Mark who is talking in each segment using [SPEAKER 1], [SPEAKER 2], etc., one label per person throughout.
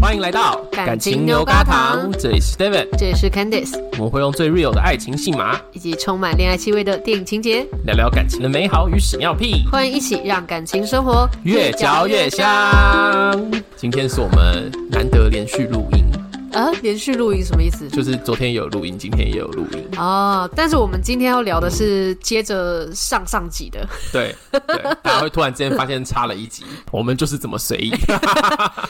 [SPEAKER 1] 欢迎来到
[SPEAKER 2] 感情牛轧糖
[SPEAKER 1] 这里是 David，
[SPEAKER 2] 这也是 Candice，
[SPEAKER 1] 我们会用最 real 的爱情戏码
[SPEAKER 2] 以及充满恋爱气味的电影情节，
[SPEAKER 1] 聊聊感情的美好与屎尿屁，
[SPEAKER 2] 欢迎一起让感情生活
[SPEAKER 1] 越嚼越香。今天是我们难得连续录音，
[SPEAKER 2] 啊！连续录音什么意思？
[SPEAKER 1] 就是昨天有录音，今天也有录音，
[SPEAKER 2] 哦，但是我们今天要聊的是接着上上集的，
[SPEAKER 1] 对对，大家会突然之间发现差了一集，我们就是这么随意，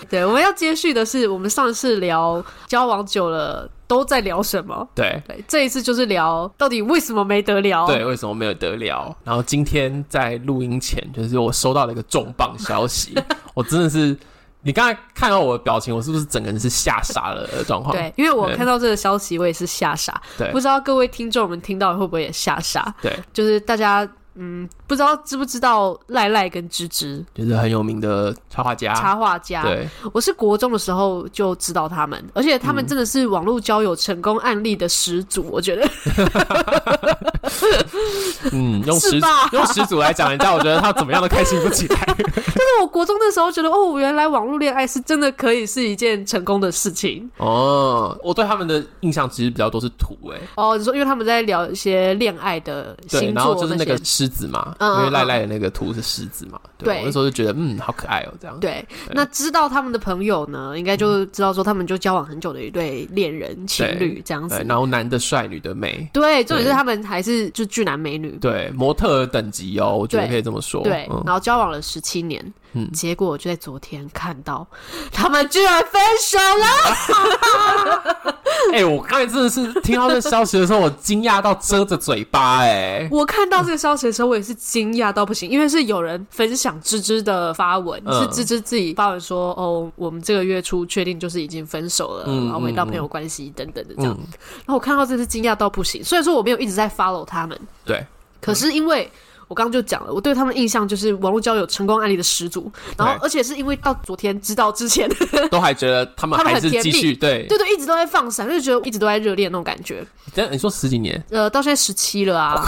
[SPEAKER 2] 对，我们要接续的是我们上次聊交往久了都在聊什么，
[SPEAKER 1] 对。
[SPEAKER 2] 对，这一次就是聊到底为什么没得聊，
[SPEAKER 1] 对，，为什么没有得聊？然后今天在录音前，就是我收到了一个重磅消息， 我真的是，你刚才看到我的表情，我是不是整个人是吓傻了的状况？
[SPEAKER 2] 对，因为我
[SPEAKER 1] 对
[SPEAKER 2] 看到这个消息，我也是吓傻，
[SPEAKER 1] 对
[SPEAKER 2] 不知道各位听众们听到会不会也吓傻，
[SPEAKER 1] 对，
[SPEAKER 2] 就是大家。嗯，不知道知不知道赖赖跟芝芝，
[SPEAKER 1] 就是很有名的插画家，
[SPEAKER 2] 插画家。
[SPEAKER 1] 啊对
[SPEAKER 2] 我是国中的时候就知道他们，而且他
[SPEAKER 1] 嗯
[SPEAKER 2] 们真的是网络交友成功案例的始祖，我觉得
[SPEAKER 1] 嗯，用
[SPEAKER 2] 是
[SPEAKER 1] 十
[SPEAKER 2] 吧
[SPEAKER 1] 用十组来讲人家，我觉得他怎么样都开心不起来。
[SPEAKER 2] 就是我国中的时候觉得，哦，原来网络恋爱是真的可以是一件成功的事情。
[SPEAKER 1] 哦，我对他们的印象其实比较多是土哎、
[SPEAKER 2] 哦，你说因为他们在聊一些恋爱的
[SPEAKER 1] 对，
[SPEAKER 2] 星
[SPEAKER 1] 然后
[SPEAKER 2] 座
[SPEAKER 1] 就是
[SPEAKER 2] 些，
[SPEAKER 1] 那个狮子嘛，
[SPEAKER 2] 嗯嗯
[SPEAKER 1] 因为赖赖的那个图是狮子嘛，
[SPEAKER 2] 对
[SPEAKER 1] 对，我那时候就觉得嗯，好可爱哦、这样，
[SPEAKER 2] 对，那知道他们的朋友呢，应该就知道说他们就交往很久的一对恋人情侣这样子
[SPEAKER 1] 对，。然后男的帅，女的美，
[SPEAKER 2] 对，重
[SPEAKER 1] 对
[SPEAKER 2] 点是他们还是就巨男美女。
[SPEAKER 1] 对，模特儿等级哦、我觉得
[SPEAKER 2] 对
[SPEAKER 1] 可以这么说，
[SPEAKER 2] 对，
[SPEAKER 1] 嗯
[SPEAKER 2] 然后交往了十七年，
[SPEAKER 1] 嗯
[SPEAKER 2] 结果我就在昨天看到 他们居然分手了。
[SPEAKER 1] 哎、我刚才真的是听到这消息的时候，我惊讶到遮着嘴巴、哎，
[SPEAKER 2] 我看到这个消息的时候，我也是惊讶到不行，因为是有人分享芝芝的发文，
[SPEAKER 1] 嗯
[SPEAKER 2] 是芝芝自己发文说，哦，我们这个月初确定就是已经分手了，
[SPEAKER 1] 嗯
[SPEAKER 2] 然后回到
[SPEAKER 1] 嗯
[SPEAKER 2] 朋友关系等等的这样。
[SPEAKER 1] 嗯，
[SPEAKER 2] 然后我看到真是惊讶到不行，虽然说我没有一直在 follow 他们，
[SPEAKER 1] 对，
[SPEAKER 2] 可是因为。我刚刚就讲了，我对他们印象就是网络交友成功案例的始祖，然后
[SPEAKER 1] 对
[SPEAKER 2] 而且是因为到昨天知道之前，
[SPEAKER 1] 都还觉得他们
[SPEAKER 2] 他们
[SPEAKER 1] 还
[SPEAKER 2] 很
[SPEAKER 1] 是
[SPEAKER 2] 甜
[SPEAKER 1] 继
[SPEAKER 2] 蜜
[SPEAKER 1] 续对，
[SPEAKER 2] 对对，一直都在放闪，就觉得一直都在热恋那种感觉。
[SPEAKER 1] 但你说十几年。
[SPEAKER 2] 呃，到现在十七了啊，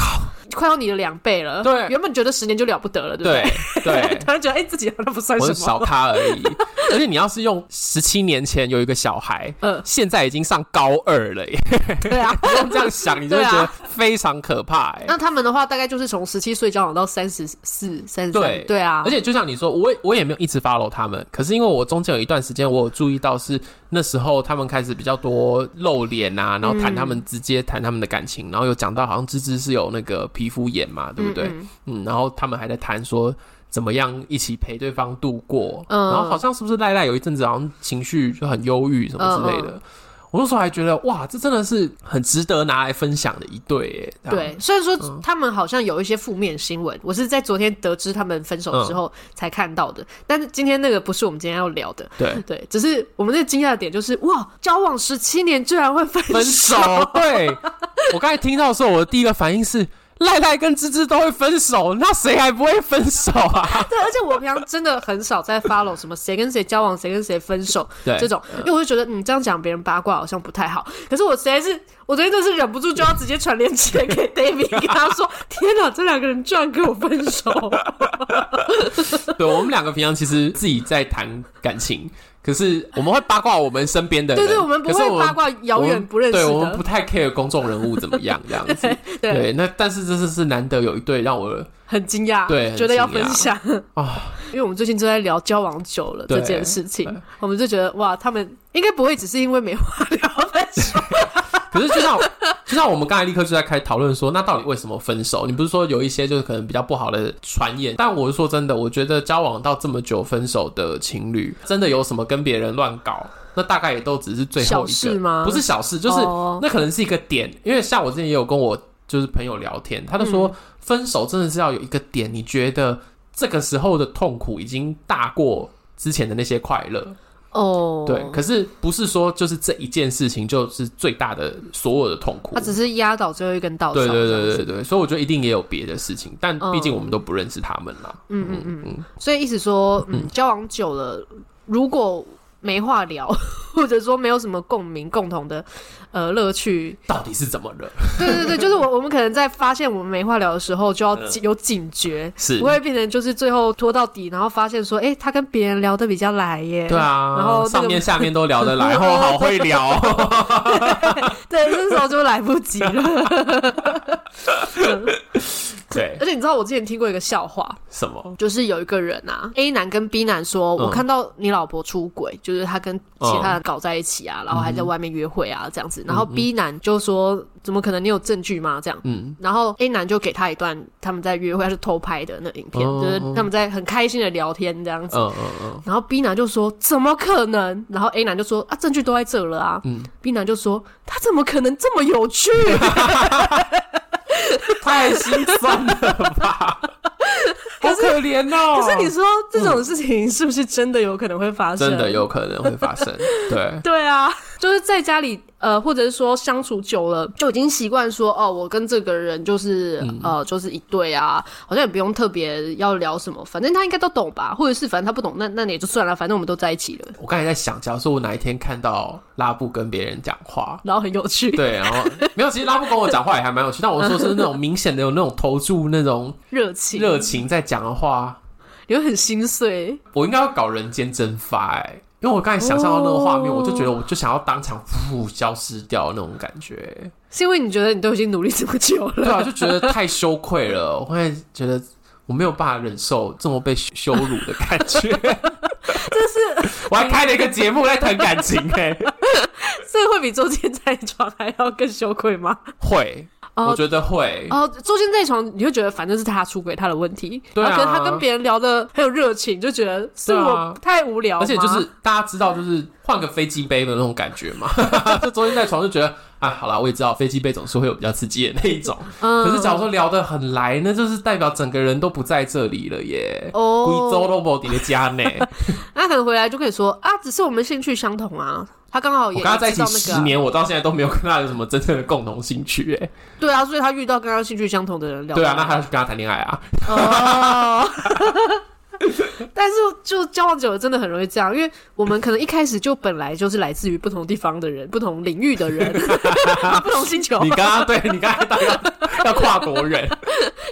[SPEAKER 2] 快要你的两倍了。
[SPEAKER 1] 对
[SPEAKER 2] 原本觉得十年就了不得了，对不
[SPEAKER 1] 对
[SPEAKER 2] 对？，
[SPEAKER 1] 对
[SPEAKER 2] 突然觉得哎、自己好像不算
[SPEAKER 1] 我是
[SPEAKER 2] 什么。
[SPEAKER 1] 小咖而 已。而且你要是用十七年前有一个小孩，
[SPEAKER 2] 嗯
[SPEAKER 1] 现在已经上高二了耶，
[SPEAKER 2] 对啊，
[SPEAKER 1] 不用这样想， 你就会觉
[SPEAKER 2] 对
[SPEAKER 1] 得
[SPEAKER 2] 啊
[SPEAKER 1] 非常可怕哎。
[SPEAKER 2] 那他们的话大概就是从十七岁交往到三十四、三十
[SPEAKER 1] 对
[SPEAKER 2] 对啊，
[SPEAKER 1] 而且就像你说，我也我也没有一直 follow 他们，可是因为我中间有一段时间，我有注意到是那时候他们开始比较多露脸啊，然后谈他
[SPEAKER 2] 嗯
[SPEAKER 1] 们直接谈他们的感情，然后有讲到好像芝芝是有那个皮肤炎嘛，对不对？
[SPEAKER 2] 嗯
[SPEAKER 1] 嗯，然后他们还在谈说怎么样一起陪对方度过，
[SPEAKER 2] 嗯
[SPEAKER 1] 然后好像是不是赖赖有一阵子好像情绪就很忧郁什么之类的。
[SPEAKER 2] 嗯
[SPEAKER 1] 我那时候还觉得哇，这真的是很值得拿来分享的一对啊嗯耶。这样
[SPEAKER 2] 对，虽然说他们好像有一些负面新闻，我是在昨天得知他们分手之后
[SPEAKER 1] 嗯
[SPEAKER 2] 才看到的，但是今天那个不是我们今天要聊的。
[SPEAKER 1] 对，
[SPEAKER 2] 对，只是我们那个惊讶的点就是，哇，交往十七年居然会分
[SPEAKER 1] 分 手。对，我刚才听到的时候，我的第一个反应是赖赖跟芝芝都会分手，那谁还不会分手 啊？
[SPEAKER 2] 对，而且我平常真的很少在 follow 什么谁跟谁交往，谁跟谁分手
[SPEAKER 1] 对，嗯
[SPEAKER 2] 这种，因为我就觉得你这样讲别人八卦好像不太好。可是我实在是，我昨天真的是忍不住就要直接传链接给 David，跟他说：“天哪，这两个人居然跟我分手！”
[SPEAKER 1] 对我们两个平常其实自己在谈感情，可是我们会八卦我们身边的人，
[SPEAKER 2] 对对，我们不
[SPEAKER 1] 可是
[SPEAKER 2] 会八卦遥
[SPEAKER 1] 我
[SPEAKER 2] 远
[SPEAKER 1] 们
[SPEAKER 2] 不认识
[SPEAKER 1] 对我们不
[SPEAKER 2] 的。
[SPEAKER 1] 太 care 公众人物怎么样这样子。
[SPEAKER 2] 对
[SPEAKER 1] 对，那但是这次是难得有一对让我
[SPEAKER 2] 很惊讶，
[SPEAKER 1] 对很
[SPEAKER 2] 觉得要
[SPEAKER 1] 惊讶
[SPEAKER 2] 分享，
[SPEAKER 1] 啊，
[SPEAKER 2] 因为我们最近就在聊交往久了
[SPEAKER 1] 对
[SPEAKER 2] 这件事
[SPEAKER 1] 对
[SPEAKER 2] 情，我们就觉得哇，他们应该不会只是因为没话聊分手，
[SPEAKER 1] 可是就像就像我们刚才立刻就在开讨论说，那到底为什么分手？你不是说有一些就是可能比较不好的传言？但我是说真的，我觉得交往到这么久分手的情侣，真的有什么跟别人乱搞？那大概也都只是最后一
[SPEAKER 2] 小
[SPEAKER 1] 个，
[SPEAKER 2] 事吗
[SPEAKER 1] 不是小事，就是
[SPEAKER 2] 哦
[SPEAKER 1] 那可能是一个点。因为像我之前也有跟我就是朋友聊天，他就说
[SPEAKER 2] 嗯
[SPEAKER 1] 分手真的是要有一个点，你觉得这个时候的痛苦已经大过之前的那些快乐。
[SPEAKER 2] 哦
[SPEAKER 1] 对，可是不是说就是这一件事情就是最大的所有的痛苦
[SPEAKER 2] 他，只是压倒最后一根稻草，
[SPEAKER 1] 对对
[SPEAKER 2] 这样子
[SPEAKER 1] 对对对，所以我觉得一定也有别的事情，但
[SPEAKER 2] 嗯
[SPEAKER 1] 毕竟我们都不认识他们 啦。
[SPEAKER 2] 嗯嗯嗯，所以意思说，嗯，交往久了，如果没话聊， 或者说没有什么共鸣、共同的呃乐趣。
[SPEAKER 1] 到底是怎么了？
[SPEAKER 2] 对对 对，就是我我们可能在发现我们没话聊的时候，就
[SPEAKER 1] 嗯
[SPEAKER 2] 要有警觉，
[SPEAKER 1] 是
[SPEAKER 2] 不会变成就是最后拖到底，然后发现说，哎、他跟别人聊得比较来耶。
[SPEAKER 1] 对啊，
[SPEAKER 2] 然后那个
[SPEAKER 1] 上面下面都聊 得来，然后好会聊，
[SPEAKER 2] 对，这时候就来不 及了。
[SPEAKER 1] 对
[SPEAKER 2] 而，且你知道，我之前听过一个笑话，
[SPEAKER 1] 什么？
[SPEAKER 2] 就是有一个人啊，A 男跟 B 男说：“
[SPEAKER 1] 嗯
[SPEAKER 2] 我看到你老婆出轨，就是他跟其他人搞在一起
[SPEAKER 1] 嗯
[SPEAKER 2] 啊，然后还在外面约会啊，这样子。”然后 B 男就说：“怎么可能？你有证据吗？”这样。
[SPEAKER 1] 嗯，
[SPEAKER 2] 然后 A 男就给他一段他们在约会，他是偷拍的那影片，
[SPEAKER 1] 哦
[SPEAKER 2] 就是他们在很开心的聊天这样子。
[SPEAKER 1] 嗯嗯嗯，
[SPEAKER 2] 然后 B 男就说：“怎么可能？”然后 A 男就说：“啊，证据都在这了啊。
[SPEAKER 1] 嗯
[SPEAKER 2] B 男就说：“他怎么可能这么 有趣？”
[SPEAKER 1] 太心酸了 吧，好可怜哦。
[SPEAKER 2] 可是你说这种事情是不是真的有可能会发生？
[SPEAKER 1] 真的有可能会发生， 对，
[SPEAKER 2] 对啊，就是在家里，呃，或者是说相处久了，就已经习惯说，哦，我跟这个人就是、
[SPEAKER 1] 嗯
[SPEAKER 2] 呃，就是一对啊，好像也不用特别要聊什么，反正他应该都懂吧，或者是反正他不懂，那那也就算了，反正我们都在一起了，
[SPEAKER 1] 我刚才在想，假如说我哪一天看到拉布跟别人讲话，
[SPEAKER 2] 然后很有趣，
[SPEAKER 1] 对，然后没有，其实拉布跟我讲话也还蛮有趣，但我说是那种明显的有那种投注那种
[SPEAKER 2] 热情，
[SPEAKER 1] 热情在讲的话，
[SPEAKER 2] 你会很心碎，
[SPEAKER 1] 我应该要搞人间蒸发哎、因为我刚才想象到那个画面，
[SPEAKER 2] 哦
[SPEAKER 1] 我就觉得我就想要当场呼消失掉那种感觉，
[SPEAKER 2] 是因为你觉得你都已经努力这么久
[SPEAKER 1] 对
[SPEAKER 2] 了，
[SPEAKER 1] 啊，就觉得太羞愧了，我会觉得。我没有办法忍受这么被羞辱的感 觉，这是 我还开了一个节目在谈感情哎、
[SPEAKER 2] 这会比周间在床还要更羞愧吗？
[SPEAKER 1] 会，
[SPEAKER 2] 哦
[SPEAKER 1] 我觉得会，
[SPEAKER 2] 哦，周间在床，你会觉得反正是他出轨，他的问题。
[SPEAKER 1] 对啊
[SPEAKER 2] 然后可是他跟别人聊的很有热情，就觉得是
[SPEAKER 1] 对
[SPEAKER 2] 我、
[SPEAKER 1] 啊
[SPEAKER 2] 太无聊吗，
[SPEAKER 1] 而且就是大家知道，就是换个飞机杯的那种感觉 嘛。就昨天在床就觉得，啊，好啦，我也知道飞机杯总是会有比较刺激的那一种。
[SPEAKER 2] 嗯，
[SPEAKER 1] 可是假如说聊得很来，那就是代表整个人都不在这里了耶。贵州
[SPEAKER 2] 哦，
[SPEAKER 1] 都没你的家 呢，
[SPEAKER 2] 那可能回来就可以说啊，只是我们兴趣相同啊。他刚好也
[SPEAKER 1] 我跟他在一
[SPEAKER 2] 知
[SPEAKER 1] 起
[SPEAKER 2] 道那个
[SPEAKER 1] 十
[SPEAKER 2] 啊、
[SPEAKER 1] 年，我到现在都没有跟他有什么真正的共同兴趣哎。
[SPEAKER 2] 对啊，所以他遇到跟他兴趣相同的人聊。
[SPEAKER 1] 对啊，那他就跟他谈恋爱啊，
[SPEAKER 2] 哦。 但是就交往久了，真的很容易这样，因为我们可能一开始就本来就是来自于不同地方的人、不同领域的人、 不同星球
[SPEAKER 1] 你。刚刚对你刚才到底要要跨国人，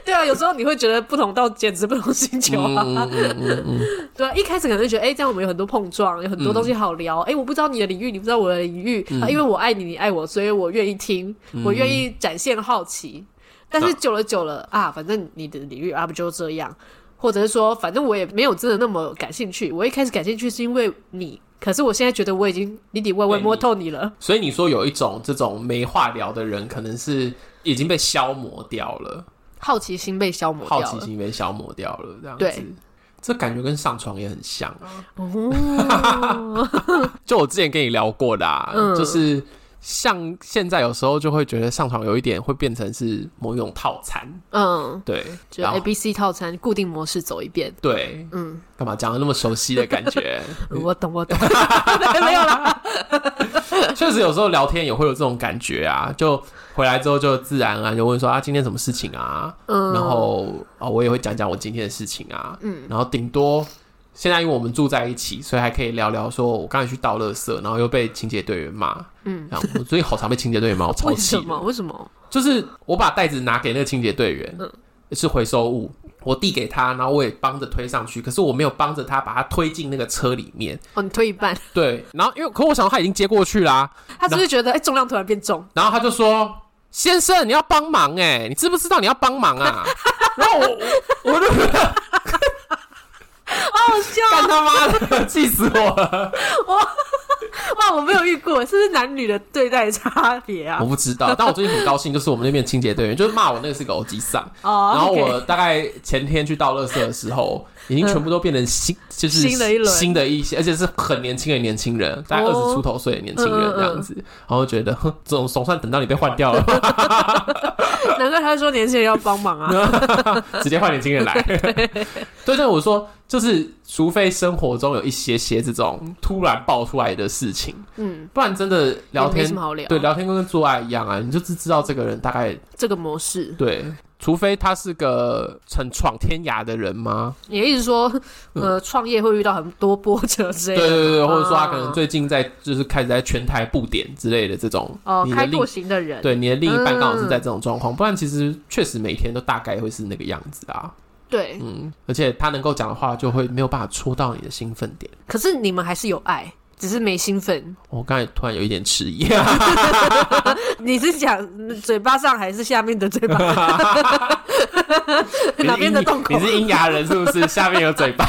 [SPEAKER 2] 对啊，有时候你会觉得不同到简直不同星球啊。
[SPEAKER 1] 嗯嗯嗯嗯嗯，
[SPEAKER 2] 对啊，一开始可能就觉得，哎、这样我们有很多碰撞，有很多东西好
[SPEAKER 1] 嗯
[SPEAKER 2] 聊。哎、我不知道你的领域，你不知道我的领域，啊，因为我爱你，你爱我，所以我愿意听，我愿意展现好奇。但是久了久了啊，反正你的领域啊不就这样，或者是说，反正我也没有真的那么感兴趣。我一开始感兴趣是因为你，可是我现在觉得我已经里里外外
[SPEAKER 1] 对
[SPEAKER 2] 摸
[SPEAKER 1] 你
[SPEAKER 2] 透你了。
[SPEAKER 1] 所以你说有一种这种没话聊的人，可能是已经被消磨掉了，
[SPEAKER 2] 好奇心被消磨
[SPEAKER 1] 好
[SPEAKER 2] 掉
[SPEAKER 1] 奇
[SPEAKER 2] 了，
[SPEAKER 1] 心被消磨掉了，这样
[SPEAKER 2] 对嗯
[SPEAKER 1] 子。这感觉跟上床也很像啊！
[SPEAKER 2] 哦，
[SPEAKER 1] 就我之前跟你聊过的、啊，
[SPEAKER 2] 嗯
[SPEAKER 1] 就是像现在有时候就会觉得上床有一点会变成是某一种套餐，
[SPEAKER 2] 嗯，
[SPEAKER 1] 对，
[SPEAKER 2] 就
[SPEAKER 1] 然
[SPEAKER 2] A
[SPEAKER 1] 后
[SPEAKER 2] B C 套餐固定模式走一遍，
[SPEAKER 1] 对，
[SPEAKER 2] 嗯，
[SPEAKER 1] 干嘛讲的那么熟悉的感觉？
[SPEAKER 2] 我懂我懂， 没有啦，
[SPEAKER 1] 确实有时候聊天也会有这种感觉啊，就回来之后就自然而然就问说啊，今天什么事情啊？
[SPEAKER 2] 嗯，
[SPEAKER 1] 然后啊、我也会讲讲我今天的事情啊，嗯，然后顶多现在因为我们住在一起，所以还可以聊聊说我刚才去倒垃圾，然后又被清洁队员骂，嗯，然后我最近好常被清洁队员骂，我超
[SPEAKER 2] 为
[SPEAKER 1] 气
[SPEAKER 2] 什
[SPEAKER 1] 的，
[SPEAKER 2] 么？为什么？
[SPEAKER 1] 就是我把袋子拿给那个清洁队员，
[SPEAKER 2] 嗯
[SPEAKER 1] 是回收物。我递给他，然后我也帮着推上去，可是我没有帮着他把他推进那个车里面。
[SPEAKER 2] 哦，你推一半，
[SPEAKER 1] 对，然后因为可我想他已经接过去啦、
[SPEAKER 2] 他只是觉得哎、重量突然变重，
[SPEAKER 1] 然后他就说：“先生，你要帮忙哎、你知不知道你要帮忙啊？” 然后我我就
[SPEAKER 2] 好好笑啊
[SPEAKER 1] 干他妈的，气死我了！
[SPEAKER 2] 哇！我没有遇过，是不是男女的对待差别啊
[SPEAKER 1] 我？不知道，但我最近很高兴，就是我们那边清洁队员就是骂我那个是个欧吉 桑，
[SPEAKER 2] 哦，
[SPEAKER 1] 然后
[SPEAKER 2] OK
[SPEAKER 1] 我大概前天去倒垃圾的时候，已经全部都变成新，就是
[SPEAKER 2] 新的一轮
[SPEAKER 1] 新的一些，而且是很年轻的年轻人，大概二
[SPEAKER 2] 哦
[SPEAKER 1] 十出头岁的年轻人这样子，然后觉得哼总总算等到你被换掉了，
[SPEAKER 2] 难怪他说年轻人要帮 忙啊。
[SPEAKER 1] 直接换年轻人来。 对，但我说就是，除非生活中有一些些这种突然爆出来的事情，
[SPEAKER 2] 嗯，
[SPEAKER 1] 不然真的聊
[SPEAKER 2] 也没
[SPEAKER 1] 天
[SPEAKER 2] 什么好聊。嗯
[SPEAKER 1] 对，聊天跟做爱一样啊，你就只知道这个人大概
[SPEAKER 2] 这个模式，
[SPEAKER 1] 对。除非他是个很闯天涯的人吗？
[SPEAKER 2] 也一直说，呃，创业会遇到很多波折之类
[SPEAKER 1] 对
[SPEAKER 2] 的。
[SPEAKER 1] 嗯对对，对或者说他
[SPEAKER 2] 啊
[SPEAKER 1] 可能最近在就是开始在全台布点之类的这种，
[SPEAKER 2] 哦
[SPEAKER 1] 你，的
[SPEAKER 2] 开
[SPEAKER 1] 另
[SPEAKER 2] 拓型的人，
[SPEAKER 1] 对你的另一半
[SPEAKER 2] 嗯
[SPEAKER 1] 刚好是在这种状况，不然其实确实每天都大概会是那个样子啊，
[SPEAKER 2] 对，
[SPEAKER 1] 嗯，而且他能够讲的话就会没有办法戳到你的兴奋点。
[SPEAKER 2] 可是你们还是有爱，只是没兴奋。
[SPEAKER 1] 我刚才突然有一点迟 疑，
[SPEAKER 2] 你是讲嘴巴上还是下面 的嘴巴？ 哪边的洞口
[SPEAKER 1] 你是阴牙人是不 是？下面有嘴巴？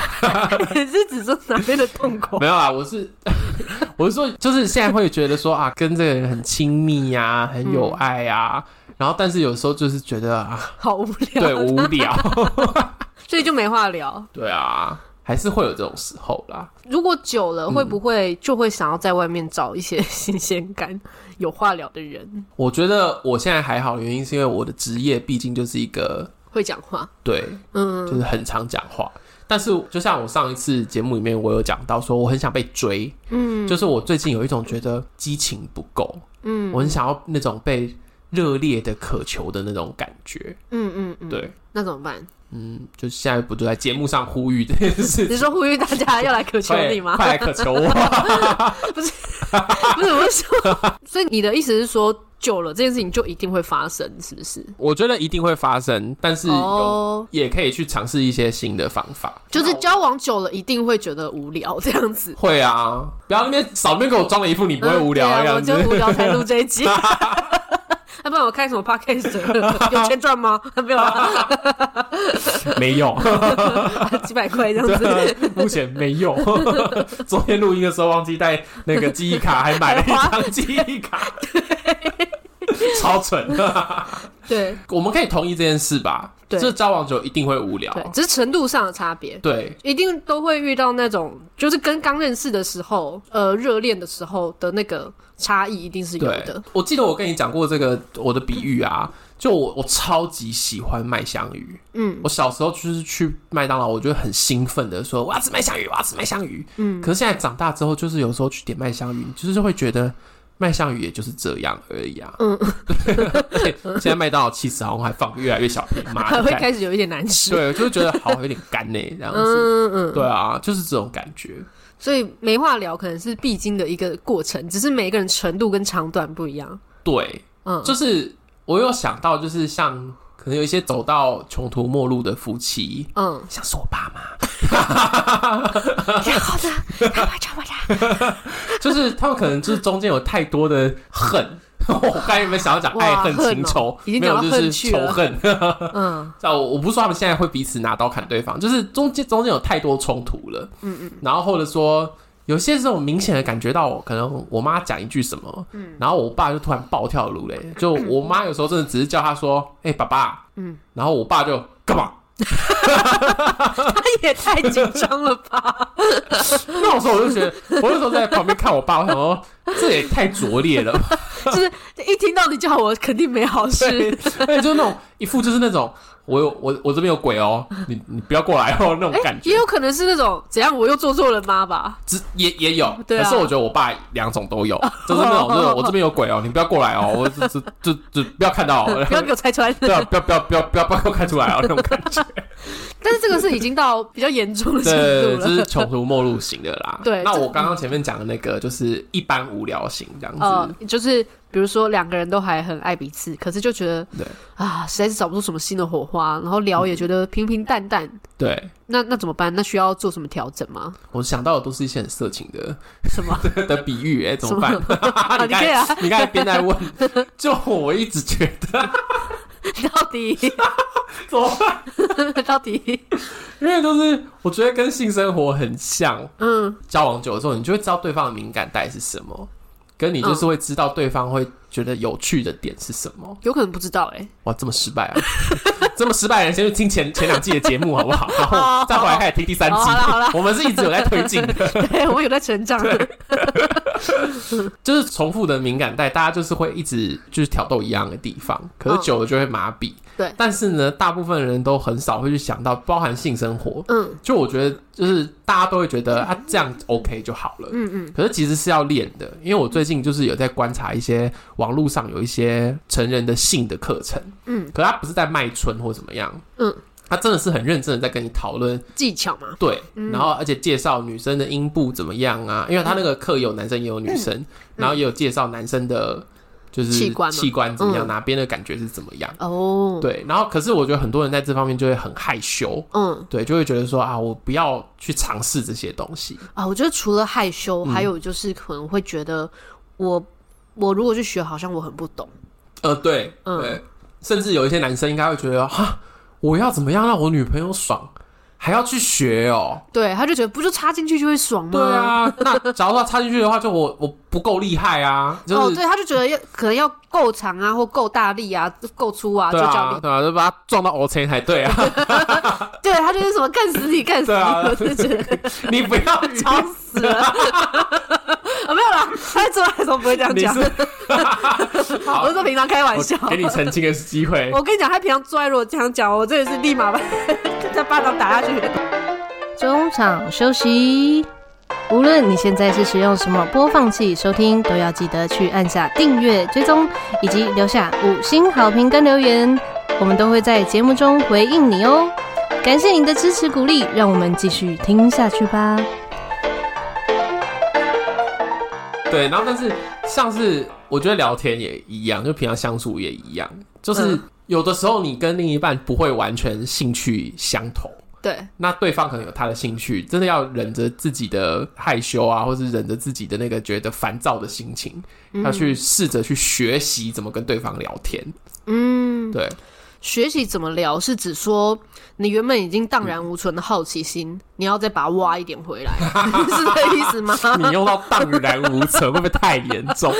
[SPEAKER 2] 你是指说哪边的洞口？
[SPEAKER 1] 没有啊，我是 我是说，就是现在会觉得说啊，跟这个人很亲密呀、很有爱啊，
[SPEAKER 2] 嗯
[SPEAKER 1] 然后但是有时候就是觉得 啊，
[SPEAKER 2] 好无
[SPEAKER 1] 对
[SPEAKER 2] 聊，
[SPEAKER 1] 我无 聊，
[SPEAKER 2] 所以就没话聊。
[SPEAKER 1] 对啊，还是会有这种时候啦。
[SPEAKER 2] 如果久了，会不
[SPEAKER 1] 嗯
[SPEAKER 2] 会就会想要在外面找一些新鲜感、有话聊的人，
[SPEAKER 1] 我觉得我现在还好，原因是因为我的职业毕竟就是一个
[SPEAKER 2] 会讲话？
[SPEAKER 1] 对，
[SPEAKER 2] 嗯，
[SPEAKER 1] 就是很常讲话。但是就像我上一次节目里面，我有讲到说，我很想被追，嗯，就是我最近有一种觉得激情不够，嗯，我很想要那种被热烈的渴求的那种感觉，
[SPEAKER 2] 嗯嗯嗯，
[SPEAKER 1] 对，
[SPEAKER 2] 那怎么办？
[SPEAKER 1] 嗯，就现在不就在节目上呼吁这件事
[SPEAKER 2] 你说呼吁大家要来渴求
[SPEAKER 1] 快
[SPEAKER 2] 你 吗？
[SPEAKER 1] 快来渴求我！
[SPEAKER 2] 不是，我是说，所以你的意思是说，久了这件事情就一定会发生，是不是？
[SPEAKER 1] 我觉得一定会发生，但是有、
[SPEAKER 2] 哦
[SPEAKER 1] 也可以去尝试一些新的方法。
[SPEAKER 2] 就是交往久了一定会觉得无聊这样子。
[SPEAKER 1] 会啊，不要那边少那边给我装了一副你不会无聊
[SPEAKER 2] 嗯
[SPEAKER 1] 的
[SPEAKER 2] 对啊，我
[SPEAKER 1] 样子。
[SPEAKER 2] 就无聊才录这一集。要不然我开什么 podcast？有钱赚吗？没有 啊啦，
[SPEAKER 1] 没有，
[SPEAKER 2] 几百块这样子，
[SPEAKER 1] 对，啊目前没有。 昨天录音的时候忘记带那个记忆卡，还买了一张记忆卡，超蠢。
[SPEAKER 2] 对
[SPEAKER 1] 我们可以同意这件事吧？
[SPEAKER 2] 对
[SPEAKER 1] 这交往久一定会无聊。
[SPEAKER 2] 对，只是程度上的差别。
[SPEAKER 1] 对，
[SPEAKER 2] 一定都会遇到那种，就是跟刚认识的时候，呃，热恋的时候的那个差异，一定是有
[SPEAKER 1] 对
[SPEAKER 2] 的。
[SPEAKER 1] 我记得我跟你讲过这个我的比喻啊，就我我超级喜欢麦香鱼。
[SPEAKER 2] 嗯，
[SPEAKER 1] 我小时候就是去麦当劳，我就会很兴奋的说我要吃麦香鱼，我要吃麦香鱼。嗯，可是现在长大之后，就是有时候去点麦香鱼，你就是会觉得。麦香鱼也就是这样而已啊。嗯， 对。现在麦当劳气死好像还放越来越小瓶嘛，
[SPEAKER 2] 还会
[SPEAKER 1] 你看
[SPEAKER 2] 开始有一点 难吃。
[SPEAKER 1] 啊对，就是觉得好有点干呢、这样子。
[SPEAKER 2] 嗯嗯，
[SPEAKER 1] 对啊，就是这种感觉。
[SPEAKER 2] 所以没话聊可能是必经的一个过程，只是每个人程度跟长短不一样。
[SPEAKER 1] 对，
[SPEAKER 2] 嗯，
[SPEAKER 1] 就是我有想到，就是像可能有一些走到穷途末路的夫妻，
[SPEAKER 2] 嗯，
[SPEAKER 1] 像是我爸妈，
[SPEAKER 2] 然后呢，他把他把他，
[SPEAKER 1] 就是他们可能就是中间有太多的恨。 我刚才有没有想要讲
[SPEAKER 2] 哇
[SPEAKER 1] 爱恨
[SPEAKER 2] 恨
[SPEAKER 1] 情
[SPEAKER 2] 哦
[SPEAKER 1] 仇？
[SPEAKER 2] 已经
[SPEAKER 1] 没
[SPEAKER 2] 讲
[SPEAKER 1] 有，
[SPEAKER 2] 到
[SPEAKER 1] 就是
[SPEAKER 2] 恨去
[SPEAKER 1] 仇
[SPEAKER 2] 了
[SPEAKER 1] 恨。
[SPEAKER 2] 嗯
[SPEAKER 1] 啊，我我不是说他们现在会彼此拿刀砍对方，就是中间中间有太多冲突了。嗯嗯。然后或者说，有些时候我明显的感觉到我，可能我妈讲一句什么，嗯，然后我爸就突然暴跳如雷。就我妈有时候真的只是叫他说：“哎、爸爸。”嗯，然后我爸就干嘛？
[SPEAKER 2] 他 也太紧张了吧？
[SPEAKER 1] 那种时候我就觉得，我那时候在旁边看我爸，我想说这也太拙劣了吧。
[SPEAKER 2] 就是一听到你叫我，肯定没好
[SPEAKER 1] 对
[SPEAKER 2] 事。，
[SPEAKER 1] 而且就是那种一副就是那种我有我我这边有鬼哦，你你不要过来哦那种感觉
[SPEAKER 2] 也，有可能是那种怎样，我又做错了妈吧？
[SPEAKER 1] 只也也有，
[SPEAKER 2] 对啊
[SPEAKER 1] 可是我觉得我爸两种都有，就是那种就是我这边有鬼哦，你不要过来哦，我这这这这不要看到哦，
[SPEAKER 2] 不要给我拆穿。
[SPEAKER 1] 对啊，不要不要不要不要不要给我看出来哦那种 感觉，
[SPEAKER 2] 但是这个是已经到比较严重的程
[SPEAKER 1] 对，
[SPEAKER 2] 度
[SPEAKER 1] 这
[SPEAKER 2] 了。
[SPEAKER 1] 是穷途末路型的啦。
[SPEAKER 2] 对
[SPEAKER 1] 那
[SPEAKER 2] 这
[SPEAKER 1] 我刚刚前面讲的那个就是一般无聊型这样
[SPEAKER 2] 呃
[SPEAKER 1] 子，，
[SPEAKER 2] 就是比如说两个人都还很爱彼此，可是就觉得
[SPEAKER 1] 对
[SPEAKER 2] 啊，实在是找不出什么新的火花，然后聊也觉得平平淡淡。
[SPEAKER 1] 对。
[SPEAKER 2] 那那怎么办？那需要做什么调整吗？
[SPEAKER 1] 我想到的都是一些很色情的
[SPEAKER 2] 什 么？
[SPEAKER 1] 的比喻，哎、怎么办？
[SPEAKER 2] 你可以啊，
[SPEAKER 1] 你刚才边在问， 就我一直觉得
[SPEAKER 2] 到底
[SPEAKER 1] 怎么办？
[SPEAKER 2] 到底
[SPEAKER 1] 因为就是我觉得跟性生活很像，
[SPEAKER 2] 嗯
[SPEAKER 1] 交往久了之后，你就会知道对方的敏感带是什么，跟你就是会知道对方会觉得有趣的点是什么。
[SPEAKER 2] 有可能不知道哎、
[SPEAKER 1] 哇，这么失败啊！ 这么失败的人，先去听前前两季的节目好不 好？然后再回来开始听第三季
[SPEAKER 2] 好好好啦。
[SPEAKER 1] 我们是一直有在推进的，
[SPEAKER 2] 对我有在成长。
[SPEAKER 1] 就是重复的敏感带，大家就是会一直就是挑逗一样的地方，可是久了就会麻痹。
[SPEAKER 2] 嗯对
[SPEAKER 1] 但是呢，大部分人都很少会去想到包含性生活。
[SPEAKER 2] 嗯
[SPEAKER 1] 就我觉得，就是大家都会觉得啊，这样 OK 就好了。
[SPEAKER 2] 嗯嗯，
[SPEAKER 1] 可是其实是要练的，因为我最近就是有在观察一些网络上有一些成人的性的课程，
[SPEAKER 2] 嗯，
[SPEAKER 1] 可他不是在卖春或怎么样，
[SPEAKER 2] 嗯，
[SPEAKER 1] 他真的是很认真的在跟你讨论，
[SPEAKER 2] 技巧嘛，
[SPEAKER 1] 对，然后而且介绍女生的阴部怎么样啊，因为他那个课有男生也有女生，然后也有介绍男生的，就是
[SPEAKER 2] 嗯器官吗
[SPEAKER 1] 器官怎么样，
[SPEAKER 2] 嗯
[SPEAKER 1] 哪边的感觉是怎么样，
[SPEAKER 2] 哦，，
[SPEAKER 1] 对，然后可是我觉得很多人在这方面就会很害羞，
[SPEAKER 2] 嗯
[SPEAKER 1] 对，就会觉得说啊，我不要去尝试这些东西，
[SPEAKER 2] 啊，我觉得除了害羞，还有就是可能会觉得我我如果去学，好像我很不懂，
[SPEAKER 1] 呃，对，
[SPEAKER 2] 嗯
[SPEAKER 1] 对，甚至有一些男生应该会觉得，哈，我要怎么样让我女朋友爽，还要去学哦。
[SPEAKER 2] 对，他就觉得不就插进去就会爽吗？
[SPEAKER 1] 对。啊， 那假如说他插进去的话，就我我不够厉害啊，就
[SPEAKER 2] 哦，
[SPEAKER 1] 是、
[SPEAKER 2] 对，他就觉得要可能要够长啊，或够大力啊，够粗啊，就
[SPEAKER 1] 对
[SPEAKER 2] 叫
[SPEAKER 1] 啊
[SPEAKER 2] 力。，
[SPEAKER 1] 对啊，就把他撞到 O 车才对 啊，
[SPEAKER 2] 对他就是什么干死你，干死
[SPEAKER 1] 对
[SPEAKER 2] 你，
[SPEAKER 1] 啊
[SPEAKER 2] 我就觉得
[SPEAKER 1] 你不要
[SPEAKER 2] 吵死了。啊，没有啦，他在做爱的时候不会这样
[SPEAKER 1] 你
[SPEAKER 2] 讲，
[SPEAKER 1] 是好
[SPEAKER 2] 我是说平常开玩笑。
[SPEAKER 1] 我给你澄清的机会。
[SPEAKER 2] 我跟你讲，他平常做爱如果这样讲，我真的是立马把 这巴掌打下去。
[SPEAKER 3] 中场休息。无论你现在是使用什么播放器收听，都要记得去按下订阅、追踪，以及留下五星好评跟留言，我们都会在节目中回应你哦。感谢你的支持鼓励，让我们继续听下去吧。
[SPEAKER 1] 对，然后但是像是我觉得聊天也一样，就平常相处也一样，就是
[SPEAKER 2] 嗯
[SPEAKER 1] 有的时候你跟另一半不会完全兴趣相同。
[SPEAKER 2] 对，
[SPEAKER 1] 那对方可能有他的兴趣，真的要忍着自己的害羞啊，或是忍着自己的那个觉得烦躁的心情，要去试着去学习怎么跟对方聊天。
[SPEAKER 2] 嗯，
[SPEAKER 1] 对，
[SPEAKER 2] 学习怎么聊是指说你原本已经荡然无存的好奇心，你要再把它挖一点回 来，是这意思吗？
[SPEAKER 1] 你用到荡然无存，会不会太严重？